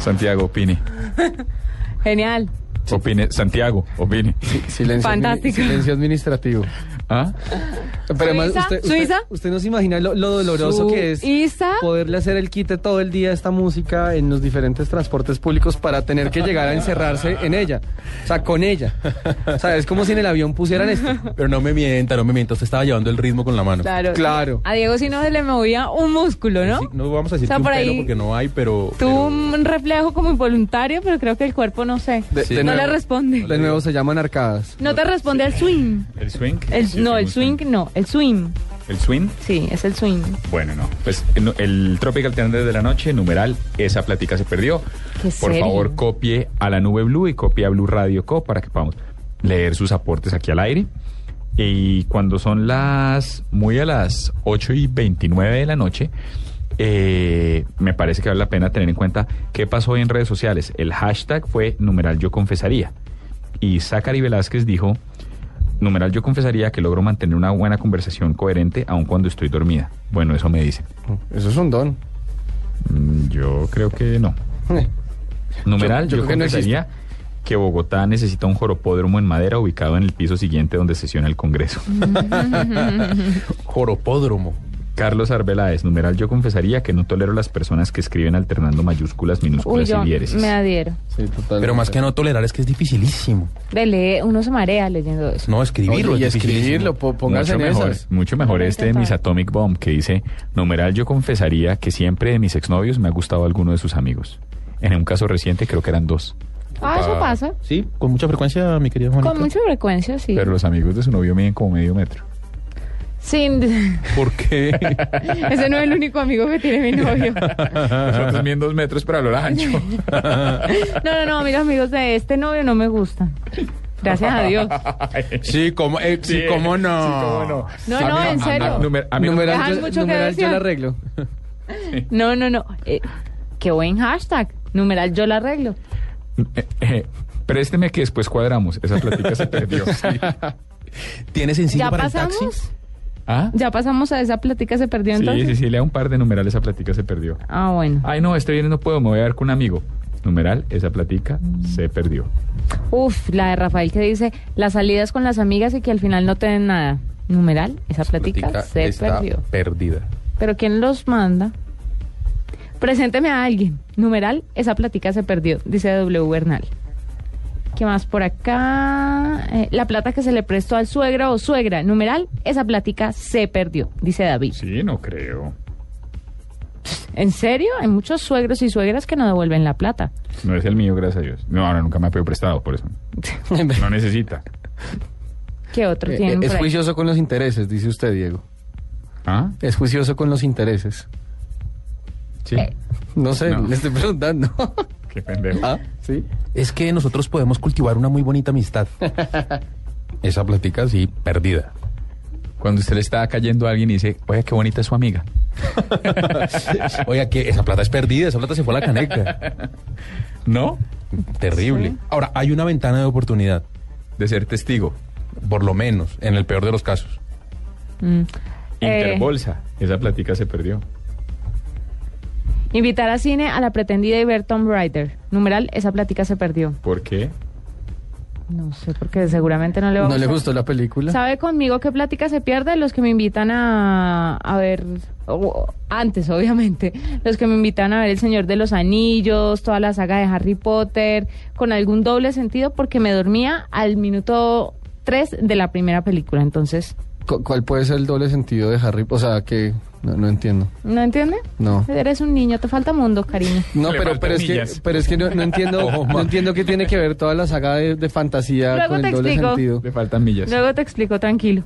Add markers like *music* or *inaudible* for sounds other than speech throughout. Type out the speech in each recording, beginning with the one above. Santiago, opine. Genial. Opine, Santiago, opine. Silencio, admi- Fantástico. silencio administrativo. ¿Ah? Pero además, ¿Suiza? usted, usted- ¿Suiza? usted no se imagina lo, lo doloroso que es Suiza. poderle hacer el quite todo el día a esta música en los diferentes transportes públicos para tener que llegar a encerrarse en ella. O sea, con ella. O sea, es como si en el avión pusieran esto. Pero no me mienta, no me mienta. Usted estaba llevando el ritmo con la mano. Claro. Claro. A Diego si no se le movía un músculo, ¿no? Sí, no vamos a decir O sea, que un por pelo ahí porque no hay, pero. Tuvo pero- un reflejo como involuntario, pero creo que el cuerpo no sé. De, Sí. de no le nuevo, responde. de nuevo se llaman arcadas. No te responde al swing. ¿El swing? El- Sí, no, sí, el muy swing no, el swing. ¿El swing? Sí, es el swing. Bueno, no. Pues el, el Tropical Tender de la noche, numeral, esa plática se perdió. Qué Por serio. favor, copie a la nube Blue y copie a Blue Radio Co para que podamos leer sus aportes aquí al aire. Y cuando son las, muy a las 8 y 29 de la noche, eh, me parece que vale la pena tener en cuenta qué pasó hoy en redes sociales. El hashtag fue numeral yo confesaría. Y Zachary Velázquez dijo, numeral yo confesaría que logro mantener una buena conversación coherente aun cuando estoy dormida. Bueno, eso me dicen. Eso es un don. Mm, Yo creo que no. Eh, Numeral, yo, Yo- yo creo que no confesaría que Bogotá necesita un joropódromo en madera ubicado en el piso siguiente donde sesiona el Congreso. Mm. *laughs* Joropódromo. *laughs* Carlos Arbeláez, numeral, yo confesaría que no tolero las personas que escriben alternando mayúsculas, Uy, minúsculas yo y diéresis. me adhiero. Sí, total. Pero más que no tolerar es que es dificilísimo. De leer, uno se marea leyendo eso. No, escribirlo. y es dificilísimo. escribirlo, po- póngase Mucho en mejor, esas. mucho mejor Voy a este de intentar. mis Atomic Bomb que dice, numeral, yo confesaría que siempre de mis exnovios me ha gustado alguno de sus amigos. En un caso reciente creo que eran dos, Ah, eso pasa. Sí, con mucha frecuencia, mi querido Juanita. Con mucha frecuencia, sí. pero los amigos de su novio miden como medio metro. Sin- *laughs* ¿Por qué? Ese no es el único amigo que tiene mi novio. Nosotros miden dos metros, pero a lo ancho. *laughs* No, no, no, a mí los amigos de este novio no me gustan. Gracias a Dios. sí, como, eh, sí, cómo no. *laughs* No, no, en serio. numeral Dejan yo, mucho que numeral yo desear. la arreglo. No, no, no. Eh, qué buen hashtag. Numeral yo lo arreglo. Eh, eh, présteme que después cuadramos. Esa plática se *laughs* perdió. ¿Tiene sencillo ¿Ya para el taxi? pasamos? ¿Ah? ¿Ya pasamos a esa plática? ¿Se perdió Sí, entonces? sí, sí, lea un par de numerales. Esa plática se perdió. Ah, bueno. Ay, no, este viernes no puedo. Me voy a ver con un amigo. Numeral, esa plática se perdió. Uf, la de Rafael que dice las salidas con las amigas y que al final no te den nada. Numeral, esa plática, se está perdió. Perdida. Pero ¿quién los manda? Presénteme a alguien. Numeral, esa plática se perdió, dice W. Bernal. ¿Qué más por acá? Eh, la plata que se le prestó al suegro o suegra. Numeral, esa plática se perdió, dice David. Sí, no creo. ¿En serio? Hay muchos suegros y suegras que no devuelven la plata. No es el mío, gracias a Dios. No, ahora nunca me ha pedido prestado, por eso. *laughs* No necesita. ¿Qué otro Eh, eh, tienen por es ahí? juicioso con los intereses, dice usted, Diego. ¿Ah? Es juicioso con los intereses. Sí. Eh. No sé, No. *laughs* le estoy preguntando. *laughs* Qué pendejo. ah, sí. Es que nosotros podemos cultivar una muy bonita amistad. Esa plática sí, perdida. Cuando usted le está cayendo a alguien y dice, oye, qué bonita es su amiga. *laughs* Oiga, que esa plata es perdida, esa plata se fue a la caneca. ¿No? Terrible. Ahora, hay una ventana de oportunidad, De ser testigo. por lo menos, en el peor de los casos. Mm. Eh, Interbolsa. Esa plática se perdió. Invitar a cine a la pretendida y ver Tomb Raider. Numeral, esa plática se perdió. ¿Por qué? No sé, porque seguramente no le va a No le gustar. gustó la película. ¿Sabe conmigo qué plática se pierde? Los que me invitan a, a ver, o- antes obviamente, los que me invitan a ver El Señor de los Anillos, toda la saga de Harry Potter, con algún doble sentido, porque me dormía al minuto 3 de la primera película. Entonces, Cu- ¿Cuál puede ser el doble sentido de Harry? O sea, que no, no entiendo. ¿no entiende? No. Eres un niño, te falta mundo, cariño. No, Le pero, faltan pero es que, millas. pero es que no, no *laughs* entiendo, no entiendo qué tiene que ver toda la saga de, de fantasía Luego con te el doble explico. sentido. Le faltan millas. *laughs* Luego te explico, tranquilo.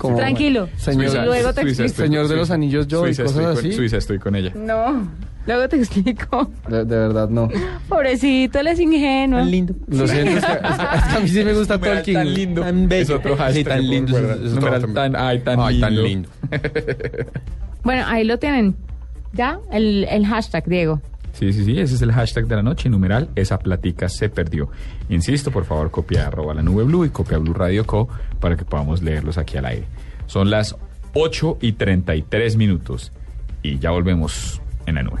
Como- Tranquilo. Señor, Suiza. Luego te Suiza, explico. estoy- Señor de los Suiza. Anillos, yo y Suiza, cosas estoy con- así. Suiza, estoy con ella. No, luego te explico. de, de verdad no. Pobrecito, él es ingenuo. Lo siento, es que, es que- es que a mí sí me gusta Numeral Tolkien. tan lindo. Tan bello. Es otro hashtag. Sí, tan que lindo, puedo es- guardar. es otro Numeral tan, ay, tan Ay, lindo. tan lindo. Bueno, ahí lo tienen. ¿Ya? El, el hashtag, Diego. Sí, sí, sí, ese es el hashtag de la noche. Numeral, esa platica se perdió. Insisto, por favor, copia arroba la nube blue y copia blue radio co para que podamos leerlos aquí al aire. Son las 8 y 33 minutos y ya volvemos en la nube.